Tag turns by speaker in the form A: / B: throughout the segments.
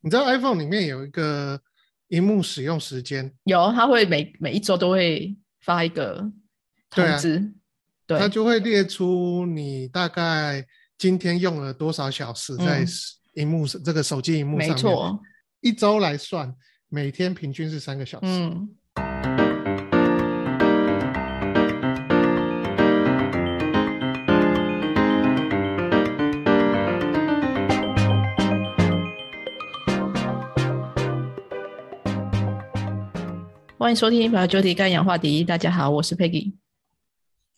A: 你知道 iPhone 里面有一个荧幕使用时间，
B: 有，他会每每一周都会发一个
A: 对啊
B: 通知，对,、
A: 它就会列出你大概今天用了多少小时在
B: 嗯
A: 荧幕、这个手机荧幕上
B: 没
A: 面。，
B: 错，
A: 一周来算，每天平均是三个小时。
B: 嗯，欢迎收听《一百九题干氧化第一》，大家好，我是 Peggy。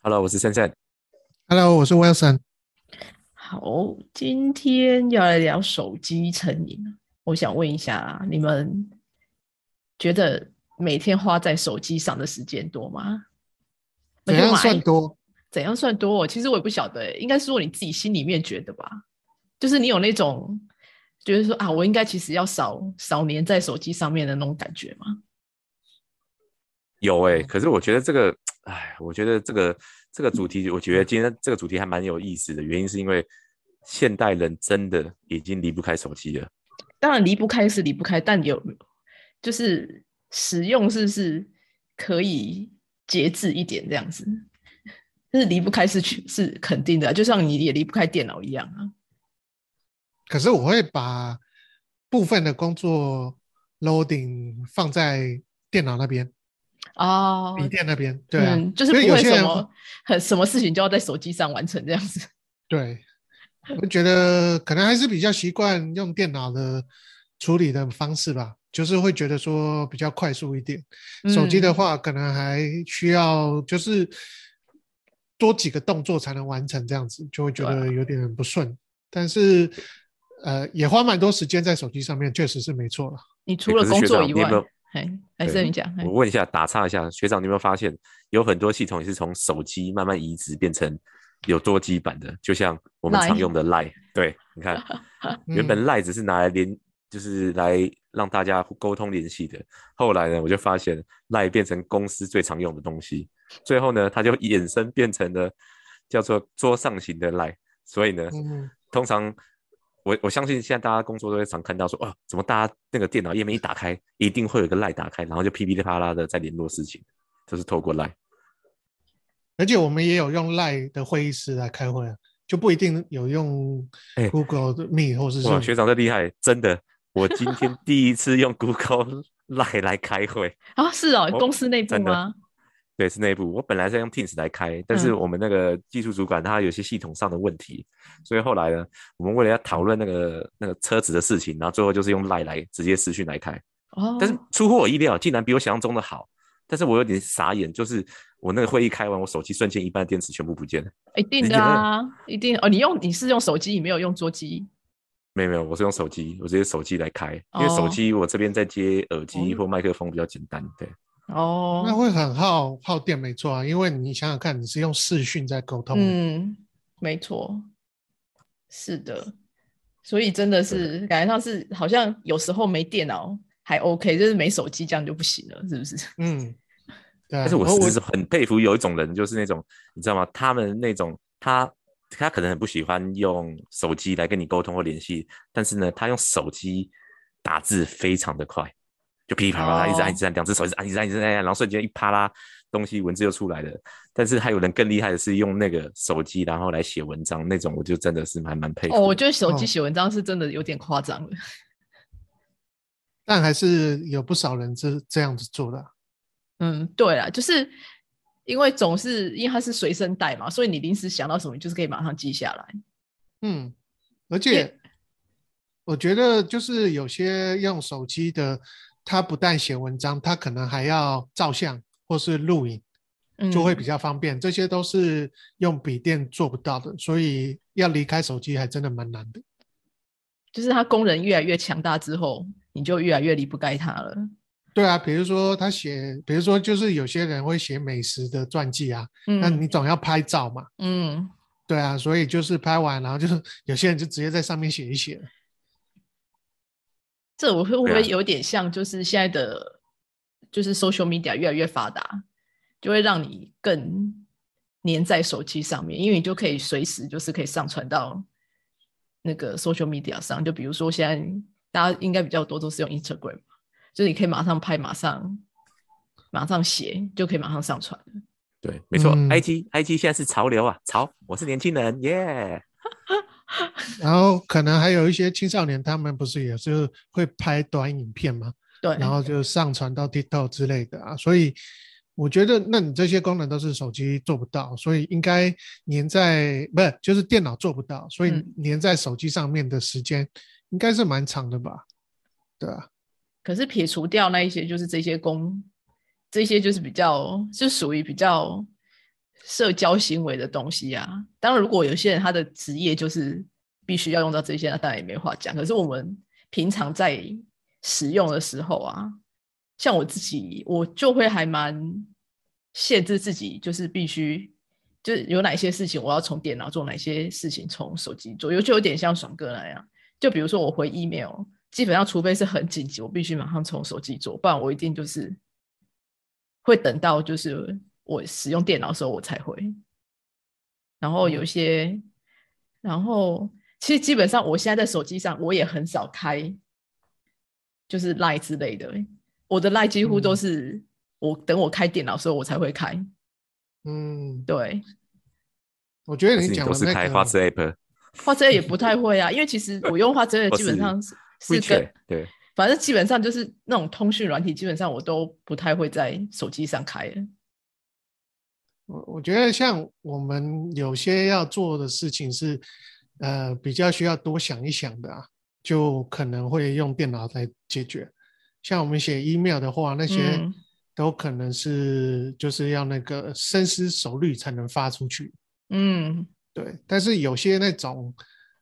C: Hello，我是森森。
A: Hello，我是 Wilson。
B: 好，今天要来聊手机成瘾。我想问一下，啊你们觉得每天花在手机上的时间多吗？
A: 怎
B: 每天
A: 样
B: 晚
A: 算
B: 安？
A: 多？
B: 怎样算多？其实我也不晓得欸，应该是说你自己心里面觉得吧。就是你有那种觉得说啊，我应该其实要少少黏在手机上面的那种感觉吗？
C: 有哎、可是我觉得这个，哎，我觉得这个这个主题，我觉得今天这个主题还蛮有意思的。原因是因为现代人真的已经离不开手机了。
B: 当然离不开是离不开，但有就是使用是不是可以节制一点这样子？就是离不开是去是肯定的啊、就像你也离不开电脑一样啊。
A: 可是我会把部分的工作 loading 放在电脑那边、
B: 哦，
A: 笔电那边。对啊，
B: 嗯，就是
A: 所以
B: 不
A: 有
B: 会
A: 些
B: 什
A: 人
B: 么很什么事情就要在手机上完成这样子。
A: 对，我觉得可能还是比较习惯用电脑的处理的方式吧，就是会觉得说比较快速一点。手机的
B: 嗯
A: 话，可能还需要就是多几个动作才能完成，这样子就会觉
B: 对啊
A: 得有点不顺。但是，呃，也花蛮多时间在手机上面，确实是没错了。
B: 你除
C: 可
B: 了
C: 是
B: 工
C: 学
B: 作
C: 长
B: 以
C: 你有
B: 外
C: 没有，
B: 哎，还
C: 对
B: 是你讲，嘿
C: 我问一下，打岔一下，学长，你有没有发现有很多系统也是从手机慢慢移植变成有多机版的？就像我们
B: Line
C: 常用的 Line，对，你看，原
A: 嗯
C: 本 Line 只是拿来连，就是来让大家沟通联系的。后来呢，我就发现 Line 变成公司最常用的东西，最后呢，它就衍生变成了叫做桌上型的 Line。所以呢，
A: 嗯，
C: 通常我我相信现在大家工作都会常看到说，哦，怎么大家那个电脑页面一打开，一定会有一个 Line 打开，然后就噼里啪啦的在联络事情，就是透过 Line。
A: 而且我们也有用 Line 的会议室来开会啊，就不一定有用
C: 哎
A: Google 的 Meet 或是
C: 哇，
A: 说
C: 学长这厉害，真的，我今天第一次用 Google Line 来开会。
B: 啊，是哦，
C: 我
B: 公司内部
C: 真的
B: 吗？
C: 对，是内部。我本来是用 Teams 来开，但是
B: 嗯
C: 我们那个技术主管他有一些系统上的问题，所以后来呢，我们为了要讨论那个那个车子的事情，然后最后就是用 Line 来直接私讯来开。
B: 哦，
C: 但是出乎我意料，竟然比我想象中的好。但是我有点傻眼，就是我那个会议开完，我手机瞬间一半电池全部不见了。
B: 一定
C: 你
B: 的
C: 有没有
B: 啊，一定哦。你用你是用手机，你没有用桌机
C: 没有没有，我是用手机，我直接手机来开，因为
B: 哦
C: 手机我这边在接耳机
B: 哦
C: 或麦克风比较简单。对，
B: 哦。
A: 那会很耗耗电，没错啊，因为你想想看，你是用视讯在沟通的，
B: 嗯，没错，是的，所以真的是感觉上是好像有时候没电脑还 OK，就是没手机这样就不行了，是不是？
A: 嗯，对啊。
C: 但是我
A: 然后
C: 是很佩服有一种人，就是那种你知道吗？他们那种他他可能很不喜欢用手机来跟你沟通或联系，但是呢，他用手机打字非常的快，就噼里啪啦
B: 哦
C: 一直按一直按，两只手一直按一直按一直按，然后瞬间一啪啦东西文字就出来了。但是还有人更厉害的是用那个手机然后来写文章那种，我就真的是还蛮佩服的。
B: 哦，我觉得手
A: 哦
B: 机写文章是真的有点夸张了。
A: 但还是有不少人是这样子做的啊、
B: 嗯，对啦，就是因为总是因为它是随身带嘛，所以你临时想到什么，你就是可以马上记下来。
A: 嗯，而且我觉得就是有些用手机的，他不但写文章，他可能还要照相或是录影，
B: 嗯，
A: 就会比较方便。这些都是用笔电做不到的，所以要离开手机还真的蛮难的。
B: 就是它功能越来越强大之后，你就越来越离不开它了。
A: 对啊，比如说他写，比如说就是有些人会写美食的传记啊，那
B: 嗯
A: 你总要拍照嘛，
B: 嗯，
A: 对啊，所以就是拍完，然后就是有些人就直接在上面写一写了。
B: 这我会不
C: 对啊
B: 会有点像，就是现在的，就是 social media 越来越发达，就会让你更黏在手机上面，因为你就可以随时就是可以上传到那个 social media 上。就比如说现在大家应该比较多都是用 Instagram，就是你可以马上拍，马上马上写，就可以马上上传。
C: 对，没错、
A: 嗯
C: i t IT 现在是潮流啊，潮，我是年轻人，耶、
A: 然后可能还有一些青少年，他们不是也是会拍短影片吗？
B: 对，
A: 然后就上传到 TikTok 之类的啊。所以我觉得，那你这些功能都是手机做不到，所以应该粘在不是就是电脑做不到，所以
B: 嗯
A: 粘在手机上面的时间应该是蛮长的吧？对啊，
B: 可是撇除掉那一些，就是这些功，这些就是比较就属于比较社交行为的东西啊。当然，如果有些人他的职业就是必须要用到这些，那当然也没话讲。可是我们平常在使用的时候啊，像我自己，我就会还蛮限制自己，就是必须。就是有哪些事情我要从电脑做，哪些事情从手机做，尤其有点像爽哥那样，就比如说我回 email，基本上除非是很紧急，我必须马上从手机做，不然我一定就是会等到就是我使用电脑的时候我才会。然后
C: 嗯
B: 有一些，然后其实基本上我现在在手机上我也很少开，就是 Line 之类的，我的 Line 几乎都
A: 嗯
B: 是我等我开电脑的时候我才会开。
A: 嗯，
B: 对，
A: 我觉得
C: 还是
A: 你
C: 你
A: 讲
C: 都
A: 的
C: 是
A: 那
C: 开花
A: 个，
C: 之 app，
B: 画质也不太会啊，因为其实我用画质
C: 或
B: 基本
C: 是
B: 上是是
C: 会
B: 跟
C: 去对，
B: 反正基本上就是那种通讯软体，基本上我都不太会在手机上开了。
A: 我我觉得像我们有些要做的事情是，呃，比较需要多想一想的啊，就可能会用电脑来解决。像我们写 email 的话，那些、
B: 嗯
A: 都可能是就是要那个深思熟虑才能发出去。
B: 嗯，
A: 对，但是有些那种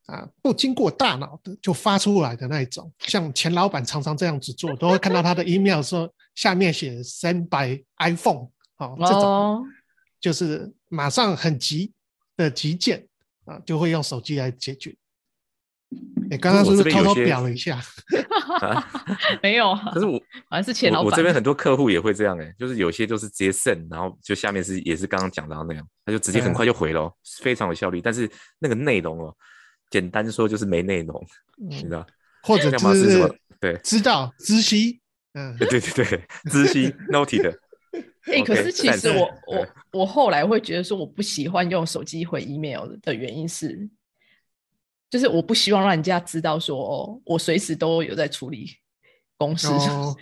A: 啊不经过大脑的就发出来的那一种，像钱老板常常这样子做，都会看到他的 email 说下面写 send by iPhone，哦，这种
B: 哦，
A: 就是马上很急的急件啊，就会用手机来解决。
B: 嗯
A: 你刚刚是不
C: 我
A: 是
C: 这边
A: 偷偷
C: 有些
A: 表了一下？
B: 没有啊
C: 可，是我
B: 好像是钱老
C: 我
B: 板。
C: 我这边很多客户也会这样哎、就是有些就是直接剩，然后就下面是也是刚刚讲到那样，他就直接很快就回了哦，非常有效率。但是那个内容哦，简单说就是没内容，你知
A: 嗯，
C: 道？
A: 或者
C: 要么是什么
A: 知？
C: 对
A: 知道知悉， 嗯，
C: 对对对对，知悉 noted，
B: 哎、可
C: OK，
B: 是其
C: 赞
B: 实
C: 成
B: 我我我后来会觉得说，我不喜欢用手机回 email 的原因是，就是我不希望让人家知道说，哦，我随时都有在处理公事。
A: 哦，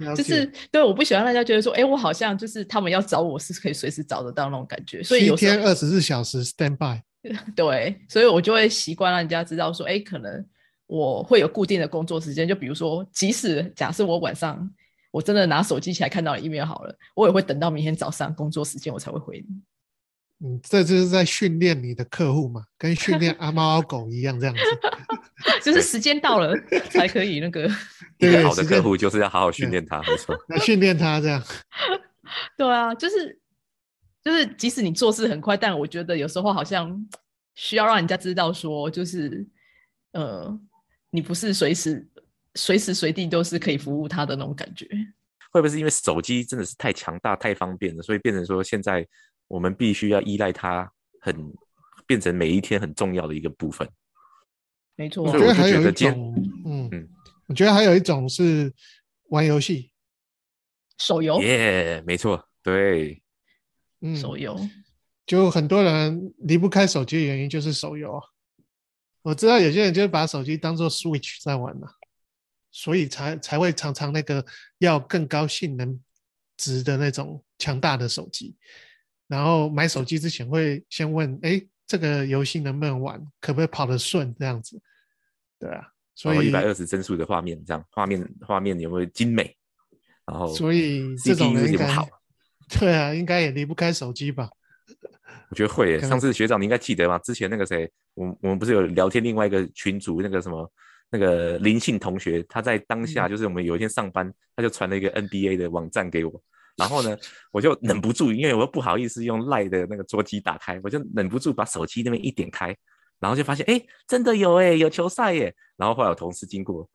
A: 了
B: 就
A: 解
B: 是对，我不喜欢让人家觉得说，哎、我好像就是他们要找我是可以随时找得到那种感觉，所以
A: 七
B: 有时候
A: 天二十四小时 stand by。
B: 对，所以我就会习惯让人家知道说，哎，可能我会有固定的工作时间，就比如说，即使假设我晚上我真的拿手机起来看到你 email 好了，我也会等到明天早上工作时间我才会回你。
A: 嗯，这就是在训练你的客户嘛，跟训练阿猫阿狗一样这样 子。
B: 就是时间到了 才可以那个，
C: 一
A: 对
C: 个好的
A: 时间
C: 客户就是要好好训练他，没错。
A: 那训练他这样，
B: 对啊，就是就是，即使你做事很快，但我觉得有时候好像需要让人家知道说，就是呃，你不是随时随时随地都是可以服务他的那种感觉。
C: 会不会是因为手机真的是太强大、太方便了，所以变成说现在我们必须要依赖它很，变成每一天很重要的一个部分。
B: 没错
A: 我
B: 啊，
A: 觉
C: 所以我
A: 得还
C: 就觉
A: 有一
C: 得今天
A: 种，嗯
C: 嗯，
A: 我觉得还有一种是玩游戏，
B: 手游，
C: 耶、没错，对，
A: 嗯，
B: 手游。
A: 就很多人离不开手机的原因就是手游啊。我知道有些人就是把手机当做 Switch 在玩嘛、啊所以才才会常常那个要更高性能值的那种强大的手机。然后买手机之前会先问，哎，这个游戏能不能玩，可不可以跑得顺这样子？对啊，所
C: 然哦后一
A: 以
C: 百二十帧数的画面，这样画面画面有没有精美？然后
A: 所以这种
C: CPU
A: 人
C: 有
A: 应
C: 没有
A: 该
C: 好？
A: 对啊，应该也离不开手机吧？
C: 我觉得会耶。
A: 可能
C: 上次学长你应该记得吧？之前那个谁，我们我们不是有聊天另外一个群组那个什么那个林信同学，他在当下
A: 嗯
C: 就是我们有一天上班，他就传了一个 NBA 的网站给我。然后呢， 我就忍不住，因为我又不好意思用赖的那个桌机打开，我就忍不住把手机那边一点开，然后就发现，哎，真的有哎，有球赛耶！然后后来我同事经过，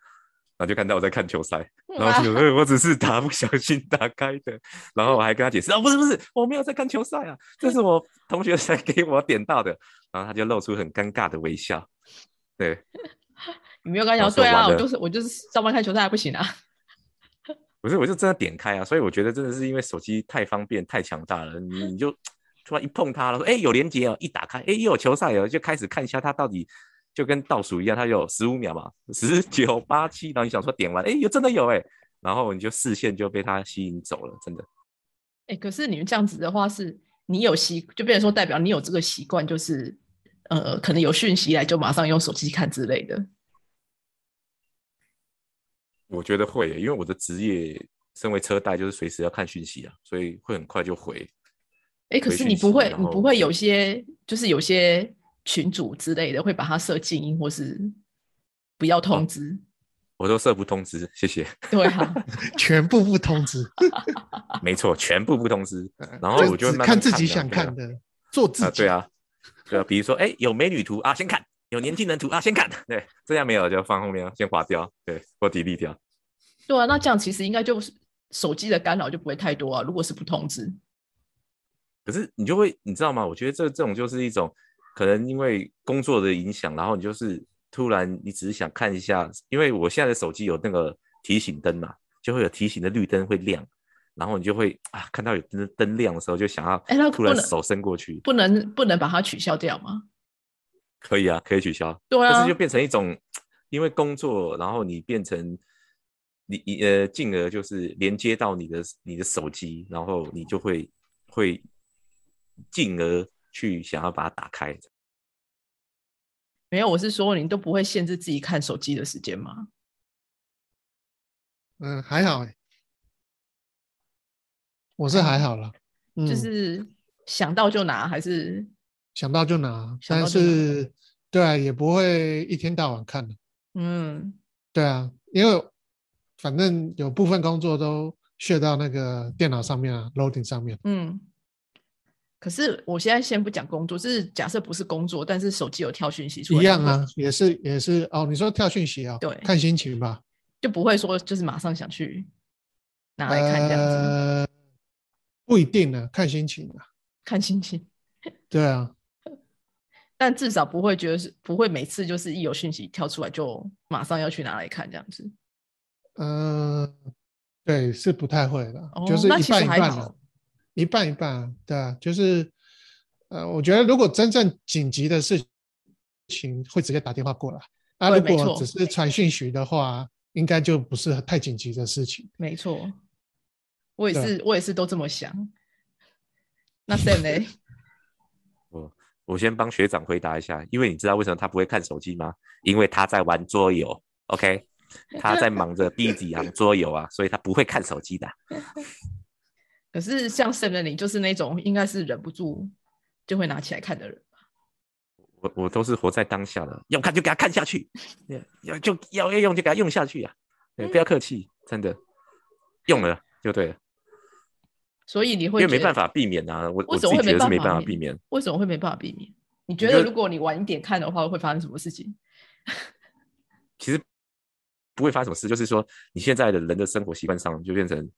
C: 然后就看到我在看球赛，
B: 啊
C: 然后我就说、哎我只是打不小心打开的，然后我还跟他解释啊，不是不是，我没有在看球赛啊，这是我同学哦才给我点到的，然后他就露出很尴尬的微笑。对，
B: 你没有跟他讲
C: 老
B: 说，
C: 师
B: 对啊，
C: 我完
B: 我
C: 了
B: 就是我就是上班看球赛还不行啊。
C: 不是，我就真的点开啊，所以我觉得真的是因为手机太方便、太强大了，你你就突然一碰它了，说哎、有连接哦，一打开，哎、又有球赛哦，就开始看一下它到底就跟倒数一样，它有十五秒嘛，十九八七，然后你想说点完，哎、又真的有哎、然后你就视线就被它吸引走了，真的。
B: 哎、可是你们这样子的话是，你有习，就变成说代表你有这个习惯，就是呃，可能有讯息来就马上用手机看之类的。
C: 我觉得会耶，因为我的职业身为车贷就是随时要看讯息啊，所以会很快就回。
B: 哎、可
C: 回
B: 是
C: 讯
B: 你不
C: 息
B: 会，
C: 然
B: 你不
C: 后
B: 会有些就是有些群主之类的会把它设静音，或是不要通知。
C: 我都设不通知，谢谢。
B: 对啊，
A: 全部不通知，
C: 没错，全部不 通知。然后
A: 呃就
C: 我就会
A: 只
C: 慢慢
A: 看自己
C: 看
A: 想
C: 啊对啊
A: 看的，做自
C: 啊，
A: 己
C: 对。啊，对啊，比如说，哎，有美女图啊，先看；有年轻人图啊，先看。对，这样没有就放后面，啊先划掉，对，或抵力掉。
B: 对啊，那这样其实应该就是手机的干扰就不会太多啊。如果是不通知，
C: 可是你就会，你知道吗？我觉得这这种就是一种可能因为工作的影响，然后你就是突然你只是想看一下，因为我现在的手机有那个提醒灯嘛，就会有提醒的绿灯会亮，然后你就会啊看到有灯灯亮的时候，就想要
B: 哎那
C: 突
B: 不
C: 然
B: 能
C: 手伸过去，
B: 不能不能把它取消掉吗？
C: 可以啊，可以取消，
B: 对
C: 但
B: 啊
C: 是就，变成一种，因为工作，然后你变成你你呃，进而就是连接到你的你的手机，然后你就会会进而去想要把它打开。
B: 没有，我是说你都不会限制自己看手机的时间吗？
A: 嗯，还好欸我是还好了，嗯，
B: 哎就是想到就拿，还是
A: 想到就拿，
B: 想
A: 但
B: 到就拿
A: 是对啊，也不会一天到晚看的，
B: 嗯，
A: 对啊，因为反正有部分工作都卸到那个电脑上面啊，loading 上面，
B: 嗯，可是我现在先不讲工作，就是假设不是工作，但是手机有跳讯息出
A: 一
B: 来，
A: 样
B: 就
A: 啊，也是也是哦，你说跳讯息啊、
B: 对
A: 看心情吧，
B: 不，就不会说就是马上想去拿来看这样子，
A: 呃，不一定呢，看心情啊，
B: 看心情，
A: 对啊，
B: 但至少不会觉得是不会每次就是一有讯息跳出来就马上要去拿来看这样子。
A: 嗯，对，是不太会的，就
B: 哦
A: 是
B: 那
A: 一
B: 其实
A: 半一
B: 还
A: 半
B: 好
A: 的，一半一半啊，对啊，就是，呃，我觉得如果真正紧急的事情，会直接打电话过来。啊，
B: 对
A: 如
B: 没
A: 果
B: 错
A: 只是传讯息的话，应该就不是太紧急的事情。
B: 没错，我也
A: 对啊
B: 是，我也是都这么想。那 Sam 呢？
C: 我先帮学长回答一下，因为你知道为什么他不会看手机吗？因为他在玩桌游，OK，他 在忙着第几行桌游啊，所以他不会看手机的。
B: 可是像 Sam 的你，就是那种应该是忍不住就会拿起来看的人。
C: 我我都是活在当下的，要看就给他看下去，要要就要要用就给他用下去啊，对，不要客气，真的用了就对了，
B: 所以你
C: 因
B: 会
C: 为没
B: 觉
C: 办
B: 得，
C: 法避免啊，我我
B: 为
C: 自
B: 什么
C: 己
B: 会没
C: 觉得是
B: 办
C: 没
B: 法
C: 办法
B: 避
C: 避免，
B: 为什么会没办法避免？你觉
C: 觉
B: 得
C: 得
B: 如果你晚一点看的话，会发生什么事情？
C: 其实不会发生什么事，就是说你现在的人的生活习惯上就变成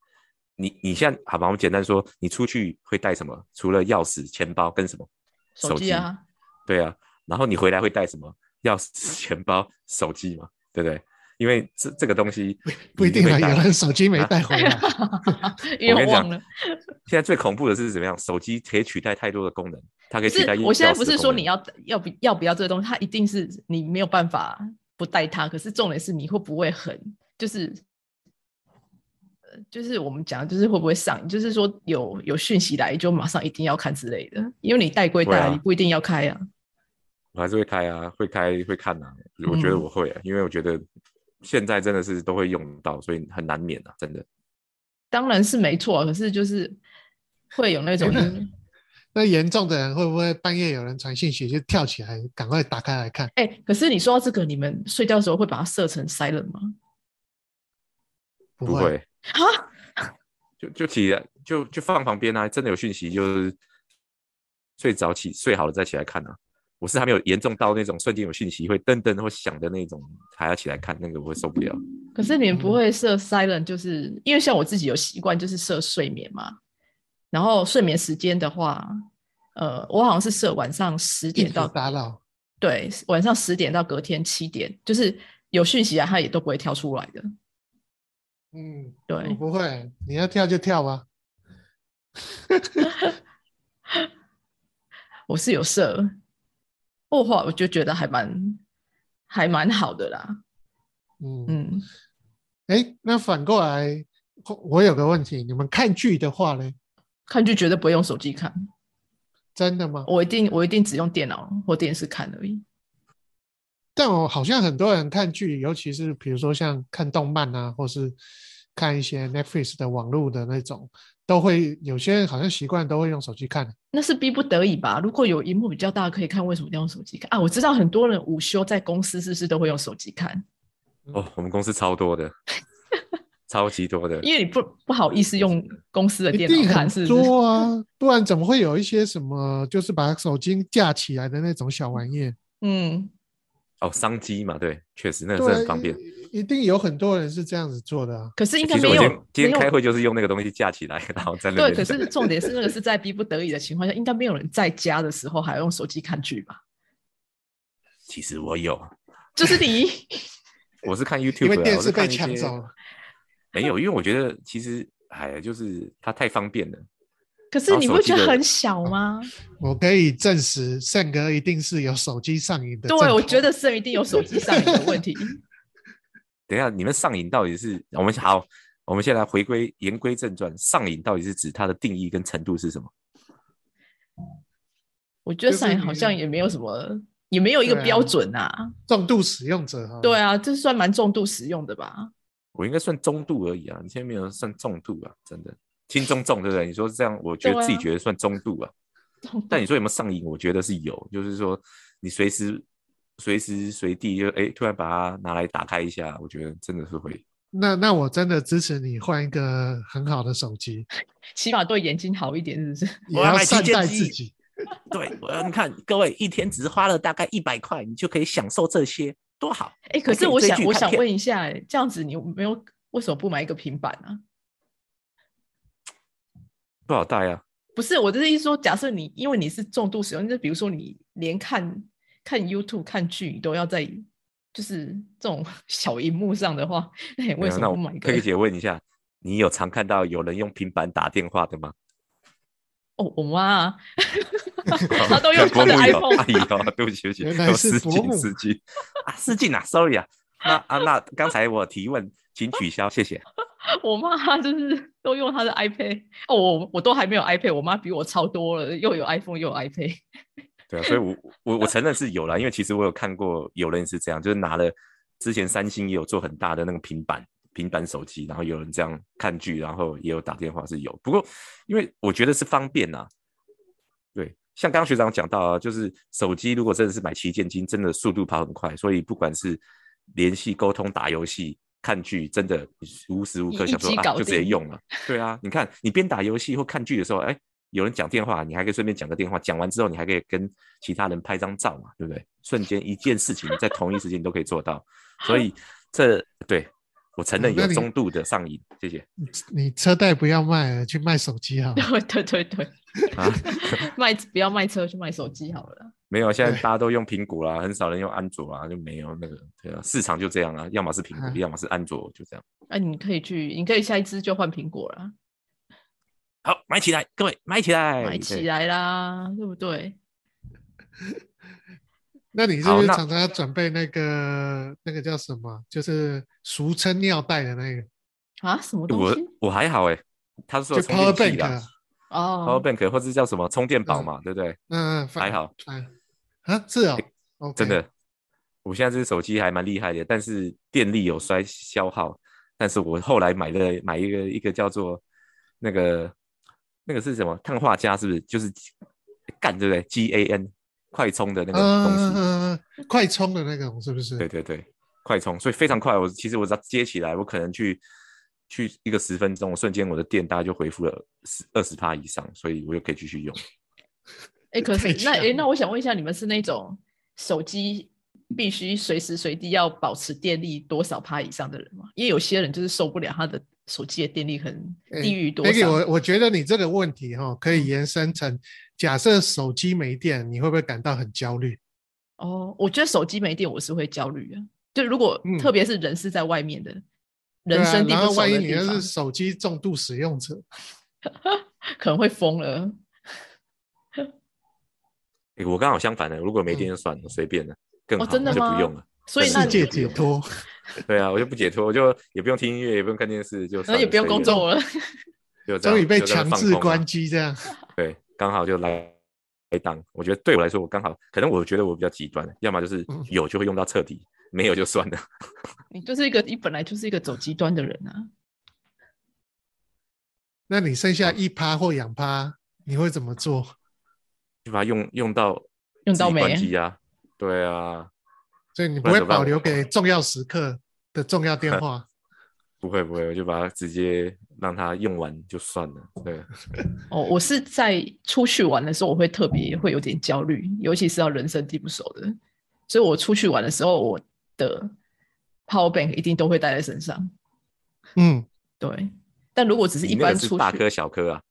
C: 你你现在好吧，我们简单说，你出去会带什么？除了钥匙、钱包跟什么？
B: 手
C: 手
B: 机
C: 机
B: 啊，
C: 对啊，然后你回来会带什么？钥匙、 钱包、手机嘛，对不对？因为这这个东西
A: 不一
C: 你
A: 定
C: 会
A: 啊，有
C: 带
A: 人手机没
C: 啊
A: 带回来，
B: 因
C: 我
B: 为我
C: 跟你讲
B: 忘了。，
C: 现在最恐怖的是怎么样？手机可以取代太多的功能，它可
B: 可
C: 以取
B: 是
C: 代。
B: 我现在不是说你，要要不要不要这个东西，它一定是你没有办法不带它。可是重点是你会不会很就是。呃就是我们讲，就是会不会上瘾，就是说有有讯息来就马上一定要看之类的，因为你带归
C: 会
B: 带，
C: 啊
B: 你不一定要开啊。
C: 我还是会开啊，会开会看啊。我觉得
B: 嗯
C: 我会、啊，因为我觉得现在真的是都会用到，所以很难免啊，真的。
B: 当然是没错，可是就是会有那种就
A: 真的
B: 是
A: 那严重的人会不会半夜有人传信息就跳起来，赶快打开来看？
B: 哎、可是你说到这个，你们睡觉的时候会把它设成 silent 吗？
A: 不
C: 不
A: 会，
C: 会就就起来就就放旁边啊，真的有讯息就是睡着起睡好了再起来看啊。我是还没有严重到那种瞬间有讯息会噔噔会响的那种，还要起来看那个我会受不了。
B: 可是你们不
A: 嗯
B: 会设 silent，就是、因为像我自己有习惯，就是设睡眠嘛。然后睡眠时间的话，呃，我好像是设晚上十
A: 一
B: 点
A: 直
B: 到
A: 打扰。
B: 对晚上十点到隔天七点，就是有讯息啊，它也都不会跳出来的。
A: 嗯，我
B: 对，
A: 不会，你要跳就跳啊吧。
B: 我是有设，后话我就觉得还蛮还蛮好的啦。
A: 嗯，
B: 嗯，
A: 哎，那反过来，我我有个问题，你们看剧的话呢，
B: 看剧绝对不会用手机看，
A: 真的吗？
B: 我一定我一定只用电脑或电视看而已。
A: 但我好像很多人看剧，尤其是比如说像看动漫啊，或是看一些 Netflix 的网络的那种，都会有些人好像习惯都会用手机看。
B: 那是逼不得已吧？如果有荧幕比较大可以看，为什么一定要用手机看啊？我知道很多人午休在公司是不是都会用手机看？
C: 哦，我们公司超 多的，超级多的。
B: 因为你不不好意思用公司的
A: 一
B: 电
A: 定
B: 脑看，
A: 很
B: 是不是？
A: 多啊，不然怎么会有一些什么就是把手机架起来的那种小玩意？
B: 嗯，
C: 哦，商机嘛，对，确实那个是
A: 对啊，
C: 很方便。
A: 一，一定有很多人是这样子做的啊。
B: 可是应该
C: 其实我
B: 没
C: 今
B: 有
C: 天今
B: 没
C: 天开
B: 有
C: 会就是用那个东西架起来，然后在那
B: 对，
C: 边。
B: 可是重点是那个是在逼不得已的情况下，应该没有人在家的时候还要用手机看剧吧？
C: 其实我有，
B: 就是 你
C: 我是看 YouTube，
A: 因为
C: 啊
A: 电
C: 我
A: 视
C: 是看
A: 被
C: 一
A: 抢
C: 些
A: 走了，
C: 没有，因为我觉得其实哎，就是它太方便了。
B: 可是
C: 然后
B: 你
C: 哦手
B: 不
C: 机
B: 觉得
C: 的
B: 很小吗？
A: 我可以证实，圣哥一定是有手机上瘾的。
B: 对，我觉得是一定有手机上瘾的问题。
C: 等一下，你们上瘾到底是我们好？我们先来回归言归正传，上瘾到底是指它的定义跟程度是什么？
B: 我觉得
A: 就是
B: 上瘾
A: 你
B: 好像也没有什么，也没有一个
A: 对啊
B: 标准
C: 嗯
B: 啊。
A: 重度使用者哈。
B: 对啊，这算蛮重度使用的吧？
C: 我应该算中度而已啊，你现在没有算重度啊，真的轻中重对不对？你说这样，我觉得
B: 对啊
C: 自己觉得算中度啊，
B: 重度
C: 但你说有没有上瘾？我觉得是有，就是说你随时随时随地就哎突然把它拿来打开一下，我觉得真的是会。
A: 那那我真的支持你换一个很好的手机，
B: 起码对眼睛好一点，是不是？
A: 也
C: 我要
A: 要
C: 买旗
A: 善
C: 舰
A: 待
C: 机
A: 自己。
C: 对，我你看各位一天只花了大概一百块，你就可以享受这些，多好！
B: 哎、可
C: 我可
B: 是
C: 以
B: 我
C: 追
B: 想，
C: 剧
B: 我
C: 看
B: 想
C: 片
B: 问一下、哎，这样子你没有为什么不买一个平板啊？
C: 不好带啊，
B: 不是，我的意思说，假设你因为你是重度使用，就比如说你连看看 YouTube、看剧你都要在就是这种 小荧幕上的话，那你
C: 没
B: 为
C: 有
B: 什
C: 啊那
B: 么
C: 我
B: 不买一个
C: 可以？姐问一下，你有常看到有人用平板打电话的吗？
B: 哦，我妈、 啊，她 都用她的
C: 伯母
B: iPhone
C: 有阿姨哦， 对不起，对不起，
A: 原来
C: 我
A: 是
C: 失
A: 伯
C: 敬
A: 母
C: 失敬啊，失敬啊，sorry 啊，那啊那刚才我提问，请取消，谢谢。
B: 我妈她就是都用她的 iPad。哦，我我都还没有 iPad，我妈比我超多了，又有 iPhone 又有 iPad。
C: 对啊，所以我我我承认是有啦，因为其实我有看过有人是这样，就是拿了之前三星也有做很大的那个平板平板手机，然后有人这样看剧，然后也有打电话是有。不过因为我觉得是方便啊，对，像刚刚学长讲到啊，就是手机如果真的是买旗舰机，真的速度跑很快，所以不管是联系、沟通、打游戏。看剧真的无时无刻
B: 一
C: 想说
B: 一击
C: 啊，
B: 搞
C: 就直接
B: 定
C: 用了。对啊，你看你边打游戏或看剧的时候，哎，有人讲电话，你还可以顺便讲个电话，讲完之后你还可以跟其他人拍张照嘛，对不对？瞬间一件事情在同一时间你都可以做到，所以这对我承认
A: 那
C: 有
A: 你
C: 中度的上瘾，谢谢
A: 你车贷不要卖了，去卖手机好 了。
B: 对对对 对，
C: 啊，
B: 卖不要卖车，去卖手机好了啦。
C: 没有，现在
A: 对
C: 大家都用苹果啦，很少人用安卓啦，就没有那个对啊，市场就这样啊，要么是苹果，
A: 啊
C: 要么是安卓，就这样。
B: 那、啊你可以去，你可以下一支就换苹果啦，
C: 好，买起来，各位买起
A: 哎
C: 来，
B: 买
C: 对
B: 起来啦，对不对？
A: 那你是
C: 好
A: 不是
C: 那
A: 常常要准备那个那个叫什么？就是俗称尿袋的那个，
B: 啊，什么东
C: 我
B: 西？
C: 我还好哎、他说
A: 就
C: 的充
A: power
C: 电器啦
A: bank。
C: ，power
B: 哦，
C: bank 或者叫什么充电宝
A: 嗯
C: 嘛，对不对？
A: 嗯，反
C: 还好，
A: 反啊，是哦，OK，
C: 真的，我现在这手机还蛮厉害的，但是电力有衰消耗。但是我后来买了买一个一个叫做那个那个是什么碳化镓，是不是？就是干对不对？G A N 快充的那个
A: 嗯，
C: 东西，
A: 嗯嗯嗯快充的那种是不是？
C: 对对对，快充，所以非常快。我其实我只要接起来，我可能去去一个十分钟，我瞬间我的电大概就恢复了十二十帕以上，所以我又可以继续用。
B: 哎、可
A: 太
B: 是那哎、
A: 强
B: 那我想问一下，你们是那种手机必须随时随地要保持电力多少趴以上的人吗？因为有些人就是受不了他的手机的电力很
A: 哎
B: 低于多
A: Maggie，
B: 少。嗯
A: 我我觉得你这个问题哈、可以延伸成，假设手机没电，你会不会感到很焦虑？
B: 哦，我觉得手机没电我是会焦虑的，就如果
A: 嗯
B: 特别是人是在外面的，
A: 对
B: 人生地
A: 啊、然
B: 不
A: 后
B: 熟
A: 万一
B: 的
A: 你
B: 地
A: 要
B: 方
A: 是，手机重度使用者，
B: 可能会疯了。
C: 诶我刚好相反的，如果没电
A: 嗯
C: 就算了，随便的，更
B: 哦
C: 好，
B: 真的
C: 我就
B: 吗
C: 不用了。
B: 所以
C: 但
B: 那
A: 世
C: 是
B: 你
A: 界
B: 就
A: 解脱，
C: 对啊，我就不解脱，我就也不用听音乐，也不用看电视，就
B: 然后也不用工作
C: 了，
B: 了。
C: 就这样
A: 终于被
C: 就在那
A: 强
C: 放
A: 制
C: 空啊
A: 关机这样。
C: 对，刚好就来来当。我觉得对我来说，我刚好可能我觉得我比较极端，要么就是
A: 嗯
C: 有就会用到彻底，没有就算了。
B: 你就是一个，你本来就是一个走极端的人啊。
A: 那你剩下一趴或两趴，你会怎么做？
C: 就把它用用到
B: 用到
C: 自己
B: 没
C: 关机啊，对啊，
A: 所以你不
C: 不然
A: 会
C: 怎么办
A: 保留给重要时刻的重要电话。
C: 不会不会，我就把它直接让它用完就算了。对，
B: 哦，我是在出去玩的时候，我会特别会有点焦虑，尤其是要人生地不熟的，所以我出去玩的时候，我的 power bank 一定都会带在身上。
A: 嗯，
B: 对，但如果只是
C: 你
B: 一
C: 那
B: 般
C: 个是
B: 出
C: 大
B: 去，
C: 颗小颗啊，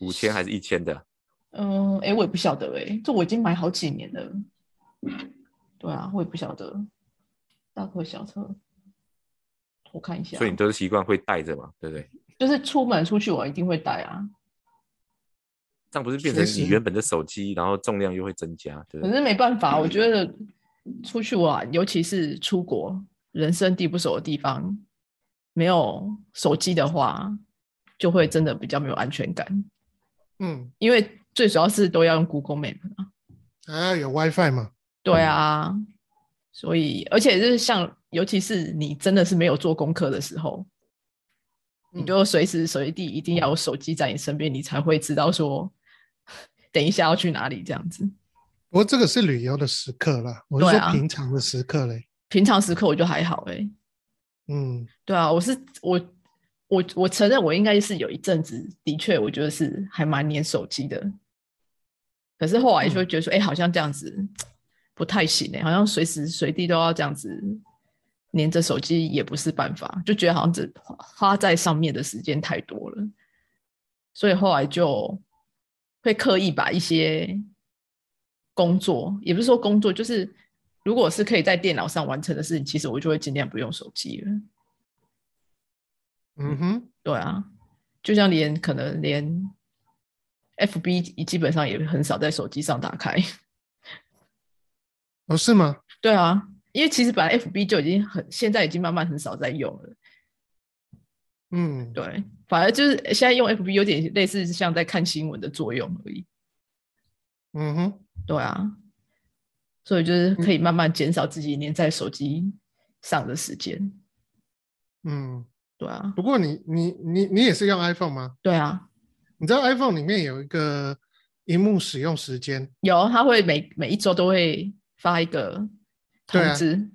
C: 五千还是一千的？
B: 嗯，哎、我也不晓得哎、这我已经买好几年了。对啊，我也不晓得，大客小车，我看一下，
C: 所以你都是习惯会带着嘛，对不对？
B: 就是出门出去我一定会带啊，
C: 这样不是变成
A: 确实
C: 你原本的手机，然后重量又会增加，对不
B: 可
C: 对？
B: 是没办法，我觉得出去玩，尤其是出国，人生地不熟的地方，没有手机的话，就会真的比较没有安全感。
A: 嗯，
B: 因为最主要是都要用 Google Map 啊，
A: 啊，有 WiFi 嘛？
B: 对啊，所以而且就是像，尤其是你真的是没有做功课的时候，你
A: 嗯
B: 就随时随地一定要有手机在你身边，你才会知道说 等一下要去哪里这样子。
A: 不过这个是旅游的时刻啦，我是
B: 对
A: 说
B: 啊
A: 平常的时刻嘞。
B: 平常时刻我就还好哎、
A: 嗯，
B: 对啊，我是我我我承认我应该是有一阵子的确我觉得是还蛮黏手机的，可是后来就会觉得说，哎、好像这样子不太行哎、好像随时随地都要这样子黏着手机也不是办法，就觉得好像只花花在上面的时间太多了，所以后来就会刻意把一些工作，也不是说工作，就是。如果是可以在电脑上完成的事情，其实我就会尽量不用手机了。
A: 嗯哼，
B: 对啊，就像连可能连 FB 基本上也很少在手机上打开。
A: 哦，是吗？
B: 对啊，因为其实本来 FB 就已经很，现在已经慢慢很少在用了。
A: 嗯，
B: 对，反而就是现在用 FB 有点类似像在看新闻的作用而已。
A: 嗯哼，
B: 对啊，所以就是可以
A: 嗯
B: 慢慢减少自己黏在手机上的时间。
A: 嗯。
B: 对啊，
A: 不过你你你你也是用 iPhone 吗？
B: 对啊，
A: 你知道 iPhone 里面有一个荧幕使用时间，
B: 有他会每每一周都会发一个
A: 对啊
B: 通知，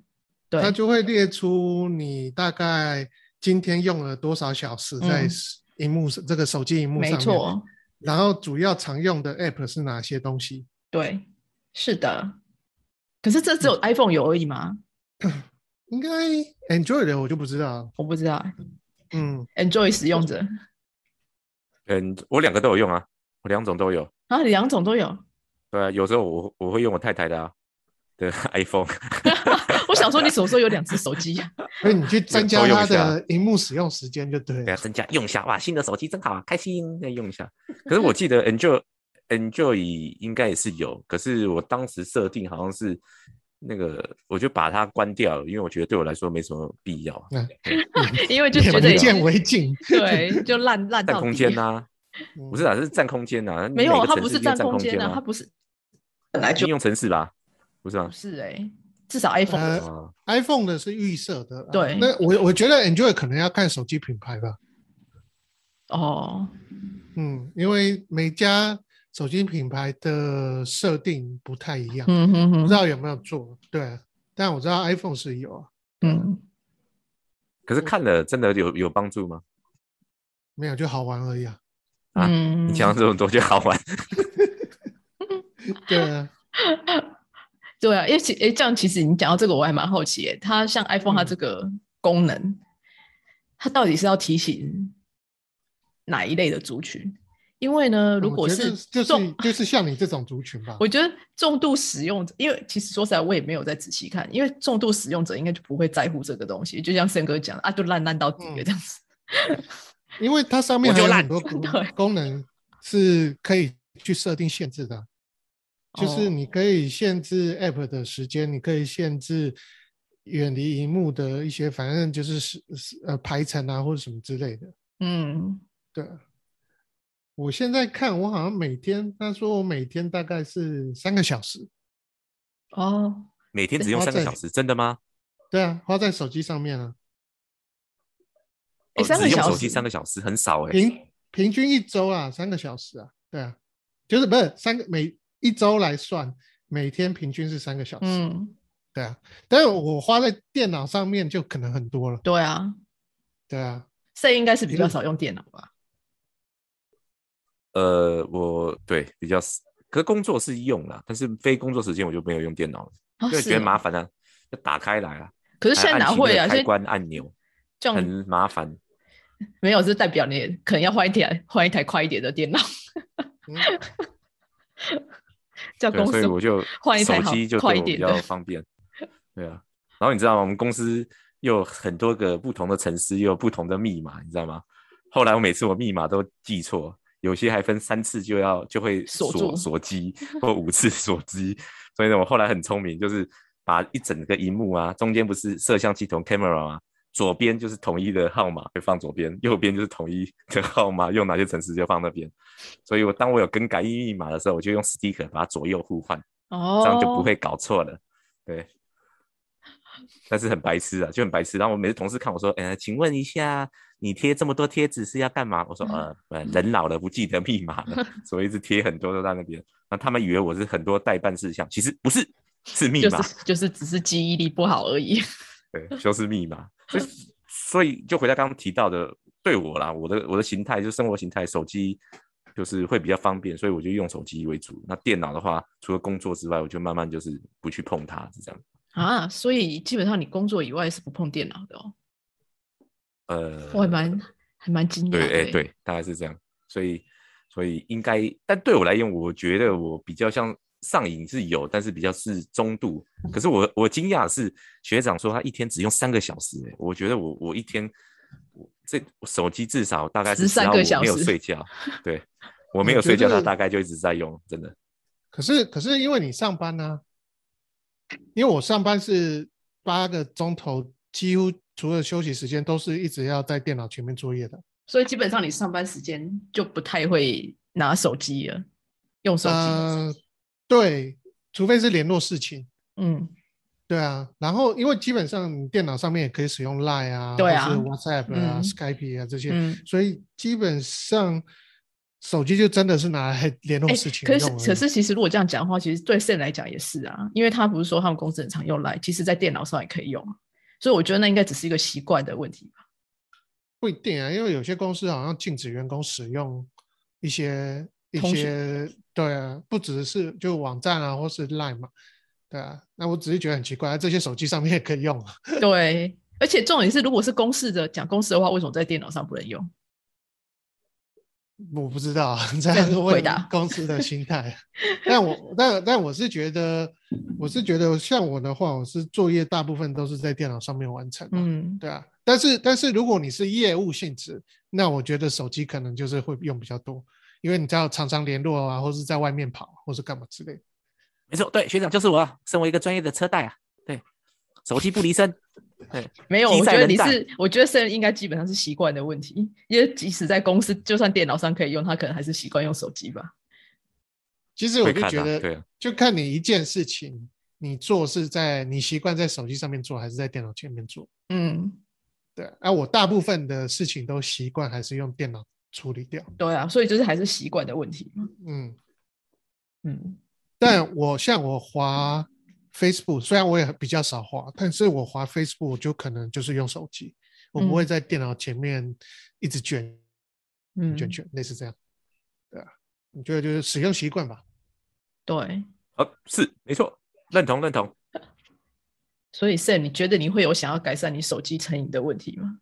B: 对,、
A: 它就会列出你大概今天用了多少小时在
B: 嗯
A: 荧幕、这个手机荧幕上
B: 没
A: 面，
B: 错，
A: 然后主要常用的 App 是哪些东西？
B: 对，是的。可是这
A: 嗯
B: 只有 iPhone 有而已吗？
A: 应该 Android 的我就不知道了。
B: 我不知道欸。
A: 嗯，
B: Enjoy 使用者
C: 嗯，我两个都有用啊，我两种都有。
B: 啊，两种都有。
C: 对啊，有时候我我会用我太太的啊，对 iPhone，
B: 我想说，你什么时候有两只手机 呀、
A: 所以你去增加
C: 都用
A: 它
C: 一下
A: 的荧幕使用时间就对
C: 给
A: 了
C: 它。增加用一下，哇，新的手机真好啊，开心，再用一下。可是我记得 Enjoy Enjoy 应该也是有，可是我当时设定好像是那个，我就把它关掉了，因为我觉得对我来说没什么必要啊，
B: 因为就觉
A: 眼
B: 得
A: 不
B: 已经
A: 啊见为净。
B: 对，就烂烂
C: 占
B: 到
C: 空
B: 底。
C: 间呐、不是
A: 嗯
C: 啊，是占空间呐、啊，
B: 没有，
C: 每个
B: 它
C: 城
B: 不
C: 市
B: 是
C: 一定
B: 占
C: 占
B: 空间
C: 间
B: 啊，它
C: 啊，
B: 不是本来
C: 应用城市啦，不是吗
B: 不？是哎、至少 iPhone、
A: 呃
C: 啊，
A: iPhone 的是预设的啦，
B: 对
A: 那我我觉得 Android 可能要看手机品牌吧，
B: 哦，
A: 嗯，因为每家手机品牌的设定不太一样，
B: 嗯哼
A: 不知
B: 哼，
A: 道有没有做。对啊，但我知道 iPhone 是有啊，
B: 嗯，
C: 可是看了真的有有帮助吗？
A: 没有就好玩而已啊。
C: 啊
B: 嗯
C: 你讲这么多就好玩，
A: 对啊，
B: 对啊，因为其诶，这样其实你讲到这个，我还蛮好奇诶，它像 iPhone 它
A: 嗯
B: 这个功能，它到底是要提醒哪一类的族群？因为呢， 如
A: 我
B: 果
A: 觉
B: 是
A: 得就是
B: 重
A: 就是像你这种族群吧，
B: 我觉得重度使用者，因为其实说实在，我也没有再仔细看，因为重度使用者应该就不会在乎这个东西，就像森哥讲的啊，就烂烂到底了
A: 嗯
B: 这样子。
A: 因为它上面
C: 我
A: 还
C: 就
A: 有
C: 烂
A: 很多功
B: 对
A: 功能是可以去设定限制的，就是
B: 哦
A: 你可以限制 App 的时间，你可以限制远离荧幕的一些，反正就是是是呃排程啊或者什么之类的。
B: 嗯，
A: 对，我现在看我好像每天，他说我每天大概是三个小时，
B: 哦，
C: 每天只用
A: 花
C: 三个
A: 在
C: 小时，真的吗？
A: 对啊，花在手机上面啊，
B: 诶
C: 哦
B: 三个
C: 只用
B: 小
C: 手机
B: 时
C: 三个小时很少哎、
A: 平平均一周啊，三个小时啊，对啊，就是不是三个每一周来算，每天平均是三个小时，
B: 嗯，
A: 对啊，但是我花在电脑上面就可能很多了，
B: 对啊
A: 对啊，
B: ，C 应该是比
A: 因
B: 较
A: 为
B: 少用电脑吧？
C: 呃，我对比较少，可是工作是用啦，但是非工作时间我就没有用电脑了，
B: 啊，
C: 因为
B: 是
C: 觉得
B: 哦
C: 麻。烦啊，要打开来啊，
B: 可是
C: 还
B: 现在
C: 按
B: 哪
C: 起那
B: 会
C: 个
B: 啊？
C: 开
B: 现
C: 关按钮
B: 这
C: 很
B: 样
C: 麻烦。
B: 没有，这代表你可能要换一台换一台快一点的电脑，
A: 嗯
B: 叫
C: 对，
B: 公
C: 所以
B: 司
C: 我就
B: 换一台
C: 手
B: 好
C: 机就
B: 快
C: 对
B: 一
C: 我比
B: 点
C: 较
B: 的。
C: 方便。对啊，然后你知道吗我们公司又有很多个不同的城市，又有不同的密码，你知道吗？后来我每次我密码都记错，有些还分三次就要就会
B: 锁
C: 锁
B: 住
C: 锁机， 或五次锁机。所以呢，我后来很聪明，就是把一整个荧幕啊，中间不是摄像系统 camera 啊，左边就是统一的号码会放左边，右边就是统一的号码，用哪些城市就放那边。所以我当我有更改密码的时候，我就用 stick 把它左右互换，
B: 哦，
C: 这样就不会搞错了。对，但是很白痴啊，就很白痴。然后我每次同事看我说：“呃，请问一下，你贴这么多贴纸是要干嘛？”我说：“呃，呃人老了不记得密码 了，所以一直贴很多都在那边。”那他们以为我是很多代办事项，其实不是，是密
B: 就
C: 码。
B: 是就是只是记忆力不好而已。
C: 对，就是密码。 所以，所以就回到刚刚提到的，对我啦，我的我的形态就是生活形态，手机就是会比较方便，所以我就用手机为主。那电脑的话，除了工作之外，我就慢慢就是不去碰它，是这样。
B: 啊，所以基本上你工作以外是不碰电脑的哦，
C: 呃，
B: 我还蛮还蛮惊讶的
C: 对，哎、
B: 欸。
C: 对，大概是这样。所以，所以应该，但对我来用，我觉得我比较像上瘾是有，但是比较是中度。可是我我惊讶的是学长说他一天只用三个小时、哎我觉得我我一天我这我手机至少大概
B: 13
C: 是只要
B: 个
C: 我
B: 小
C: 没有
B: 时
C: 睡觉， 对我没
A: 我
C: 有
A: 觉
C: 睡觉，他
A: 得
C: 大概就一直在用，真的。
A: 可是可是因为你上班呢、因为我上班是八个钟头，几乎除了休息时间都是一直要在电脑前面作业的。
B: 所以基本上你上班时间就不太会拿手机了，用手机。
A: 呃，对，除非是联络事情。
B: 嗯，
A: 对啊，然后因为基本上你电脑上面也可以使用 Line 啊，
B: 对啊
A: 或是 WhatsApp 啊、
B: 嗯
A: Skype 啊这些，
B: 嗯
A: 所以基本上手机就真的是拿来 联络
B: 哎、
A: 事情
B: 可
A: 用
B: 是
A: 而已
B: 可是其实如果这样讲的话，其实对 Sen 来讲也是啊，因为他不是说他们公司很常用 Line，其实在电脑上也可以用啊，所以我觉得那应该只是一个习惯的问题吧。
A: 不一定啊，因为有些公司好像禁止员工使用一些一
B: 通讯
A: 些，对啊，不只是就网站啊或是 Line 嘛，对啊，那我只是觉得很奇怪，啊这些手机上面也可以用啊，
B: 对，而且重点是，如果是公式的讲公式的话，为什么在电脑上不能用？
A: 我不知道 啊，这
B: 没有
A: 样
B: 回
A: 问
B: 答
A: 公司的心态。 但我但但我是觉得，我是觉得像我的话，我是作业大部分都是在电脑上面完成的，
B: 嗯，
A: 对啊。但是但是如果你是业务性质，那我觉得手机可能就是会用比较多，因为你知道常常联络啊，或是在外面跑，或是干嘛之类的。
C: 没错，对，学长就是我啊，身为一个专业的车贷啊，对，手机不离身。
B: 没有，
C: 机
B: 我
C: 在
B: 觉得
C: 人
B: 你
C: 在
B: 是，我觉得 Sen 应该基本上是习惯的问题，因为即使在公司，就算电脑上可以用，他可能还是习惯用手机吧。
A: 其实我
C: 会
A: 就
C: 看
A: 觉
C: 啊
A: 得，
C: 对啊
A: 就看你一件事情，你做是在你习惯在手机上面做，还是在电脑前面做。
B: 嗯，
A: 对啊，啊我大部分的事情都习惯还是用电脑处理掉。
B: 对啊，所以就是还是习惯的问题嘛。
A: 嗯，
B: 嗯，
A: 但我像我滑 Facebook，虽然我也比较少滑，但是我滑 Facebook 我就可能就是用手机，我不会
B: 嗯
A: 在电脑前面一直卷、
B: 嗯
A: 卷卷，类似这样。对啊，我觉得就是使用习惯吧。
B: 对。
C: 呃，是没错，认同认同。
B: 所以 Sam，你觉得你会有想要改善你手机成瘾的问题吗？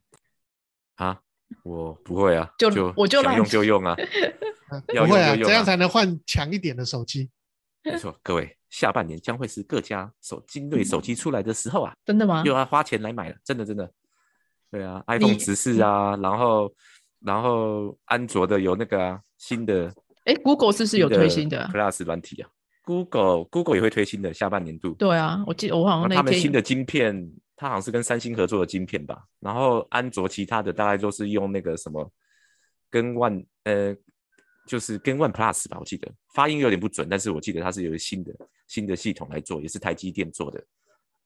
C: 啊，我不会啊，
B: 就
C: 就
B: 我就
C: 想
B: 让
C: 用
B: 你
C: 就用啊，
A: 嗯
C: 要
A: 不会
C: 用
A: 啊，
C: 就用
A: 这样
C: 啊
A: 才能换强一点的手机。
C: 没错，各位，下半年将会是各家手精
B: 嗯
C: 锐手机出来的时候啊，
B: 真的吗？
C: 又要花钱来买了，真的真的。对啊，iPhone
B: 你嗯
C: 十四啊，然后然后安卓的有那个、啊、新的
B: 哎，Google 是不是有推新的啊
C: Plus 软体啊？Google Google 也会推新的，下半年度。
B: 对啊，我记得我好像那
C: 那哦他们
B: 天
C: 新的晶片，它好像是跟三星合作的晶片吧？然后安卓其他的大概都是用那个什么跟 One 呃，就是跟 One Plus 吧，我记得发音有点不准，但是我记得它是有一个新的新的系统来做，也是台积电做的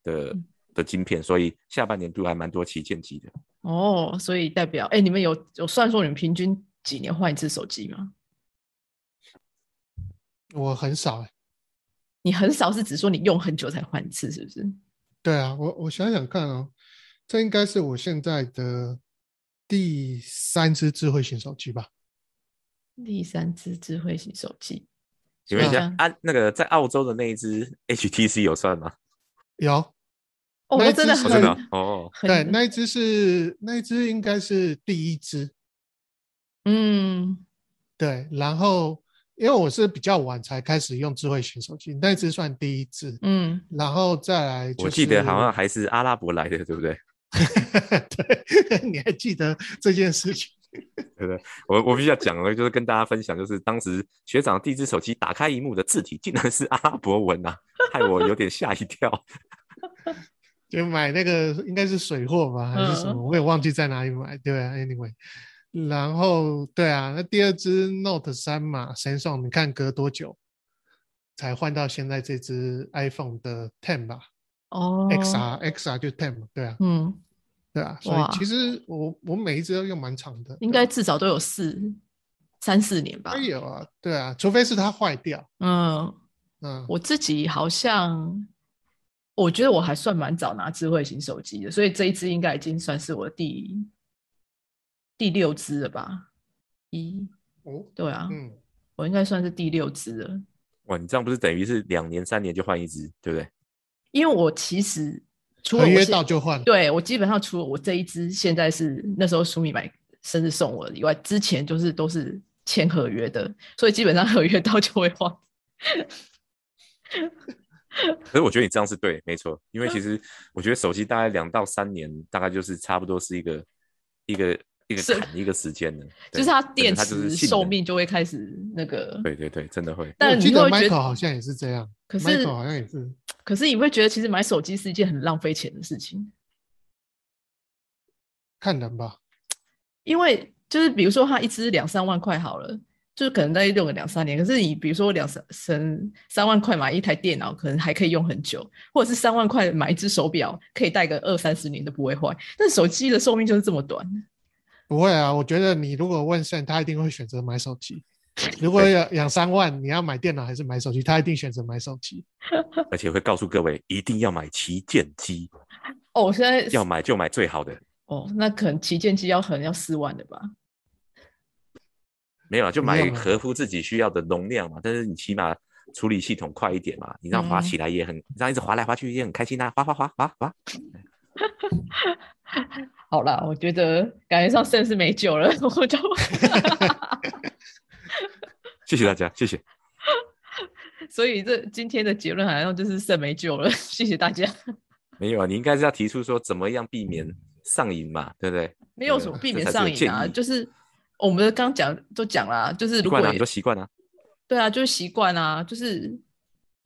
C: 的
B: 嗯
C: 的晶片，所以下半年度还蛮多旗舰机的。
B: 哦，所以代表哎，诶你们有有算说你们平均几年换一次手机吗？
A: 我很少、欸，
B: 你很少是只说你用很久才换一次，是不是？
A: 对啊，我我想想看哦，这应该是我现在的第三只智慧型手机吧？
B: 第三只智慧型手机，
C: 请问一
B: 对
C: 下
B: 啊，
C: 安、那个在澳洲的那一只 HTC 有算吗？
A: 有，那
B: 哦，那
A: 一
B: 真的
A: 只
C: 哦，
A: 是
B: 很
C: 真的啊哦，
B: 很
A: 对，那一只是那一只应该是第一只，
B: 嗯
A: 对，然后因为我是比较晚才开始用智慧型手机，那一只算第一只，
B: 嗯，
A: 然后再来、就是，
C: 我记得好像还是阿拉伯来的，对不对？
A: 对， 你还记得这件事情？
C: 我我必须要讲了，就是跟大家分享，就是当时学长第一只手机打开荧幕的字体竟然是阿拉伯文呐、害我有点吓一跳。
A: 就买那个应该是水货吧，还是什么？
B: 嗯
A: 我也忘记在哪里买。对啊，anyway，然后对啊，那第二只 Note 三嘛，Samsung，你看隔多久才换到现在这只 iPhone 的 Ten 吧、
B: 哦
A: x r XR 就 Ten 嘛，对啊，
B: 嗯，
A: 对啊，所
B: 哇
A: 以其实我我每一只都用蛮长的，
B: 应该至少都有四三四年吧
A: 都。有啊，对啊，除非是它坏掉，
B: 嗯，
A: 嗯，
B: 我自己好像，我觉得我还算蛮早拿智慧型手机的，所以这一支应该已经算是我第第六支了吧？一，
A: 哦，
B: 对啊，
A: 嗯，
B: 我应该算是第六支了，
C: 哇，你这样不是等于是两年三年就换一只，对不对？
B: 因为我其实除了
A: 合
B: 我
A: 约
B: 现
A: 到就换，
B: 对我基本上除了我这一支现在是那时候苏米买生日送我的以外，之前就是都是签合约的，所以基本上合约到就会 换。
C: 可是我觉得你这样是对，没错，因为其实我觉得手机大概两到三年，大概就是差不多是一个一个一个
B: 是
C: 坎一个时间了，
B: 就
C: 对
B: 是它
C: 真的
B: 电
C: 它就是
B: 池
C: 性
B: 寿
C: 能
B: 命就会开始那个。
C: 对对对，真的会。
A: 我
B: 但
A: 记
B: 你
A: 得
B: 会觉
A: Michael
B: 得，
A: 好像也是这样
B: 可是
A: ，Michael 好像也是，
B: 可是你会觉得其实买手机是一件很浪费钱的事情，
A: 看人吧，
B: 因为就是比如说它一支两三万块好了，就是可能在用个两三年。可是你比如说两三三三万块买一台电脑，可能还可以用很久，或者是三万块买一只手表，可以戴个二三十年都不会坏。但手机的寿命就是这么短。
A: 不会啊，我觉得你如果问 Sam，他一定会选择买手机。如果要两三万，你要买电脑还是买手机，他一定选择买手机。
C: 而且会告诉各位，一定要买旗舰 机，
B: 哦，我现在
C: 要买就买最好的，
B: 哦，那可能旗舰机要可能要四万的吧？
C: 没有啊，就
A: 不
C: 买
A: 用啊
C: 合乎自己需要的容量嘛。但是你起码处理系统快一点嘛，你让滑
B: 嗯
C: 起来也很，你让一直滑来滑去也很开心啊，滑滑滑滑滑。
B: 好啦，我觉得感觉上甚是没救了， 我就
C: 谢谢大家，谢谢。
B: 所以这今天的结论好像就是肾没救了，谢谢大家。
C: 没有啊，你应该是要提出说怎么样避免上瘾嘛，对不对？
B: 没有
C: 对
B: 什么
C: 啊
B: 避
C: 这
B: 免
C: 才是
B: 上
C: 有
B: 瘾
C: 建
B: 啊，
C: 议
B: 就是我们刚讲都讲啦，就是
C: 习
B: 如果
C: 惯啊，
B: 也
C: 你说习惯啊，
B: 对啊，就是习惯啊，就是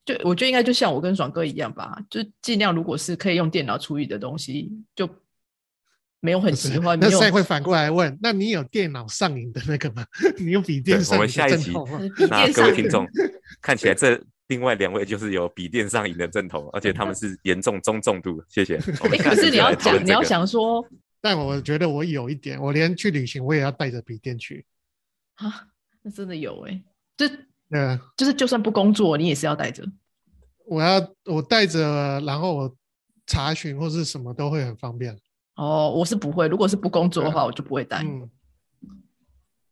B: 就我觉得应该就像我跟爽哥一样吧，就尽量如果是可以用电脑处理的东西，就没有很喜 欢，
A: 那
B: 没有
A: Sam 会反过来问：那你有电脑上瘾的那个吗？ 你有笔电
C: 对
A: 上
C: 我
A: 瘾的
C: 们下一
A: 症
C: 集
A: 头 吗？
B: 呃笔
C: 那
B: 电
C: 各
B: 上
C: 位听众，看起来这另外两位就是有笔电上瘾的症头，而且他们是严重中重度。谢谢。我
B: 哎，
C: 们下
B: 可
C: 次
B: 是你
C: 再
B: 要
C: 来讨
B: 讲，
C: 论
B: 你要
C: 这个
B: 想说
A: 但我觉得我有一点，我连去旅行我也要带着笔电去。
B: 啊，那真的有哎、就
A: 呃，
B: 就是就算不工作，你也是要带着。
A: 我要我带着，然后我查询或是什么都会很方便。
B: 哦，我是不会，如果是不工作的话，我就不会带。
A: 嗯，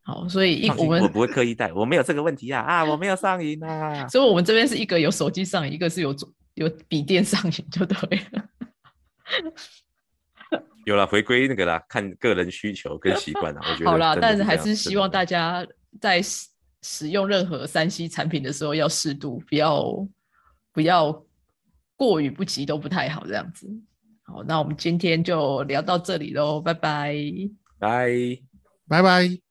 B: 好，所以一
C: 放
B: 我
C: 心
B: 们
C: 我不会刻意带，我没有这个问题啊啊，我没有上瘾啊。
B: 所以我们这边是一个有手机上瘾，一个是有左有笔电上瘾，就对了。
C: 有了，回归那个啦，看个人需求跟习惯啦。我觉得
B: 好啦，
C: 真的
B: 但
C: 是
B: 还
C: 这样
B: 是希望大
C: 真的
B: 家在使用任何三 C 产品的时候要适度，不要不要过于不及都不太好这样子。好，那我们今天就聊到这里喽，拜拜。
C: 拜。
A: 拜拜。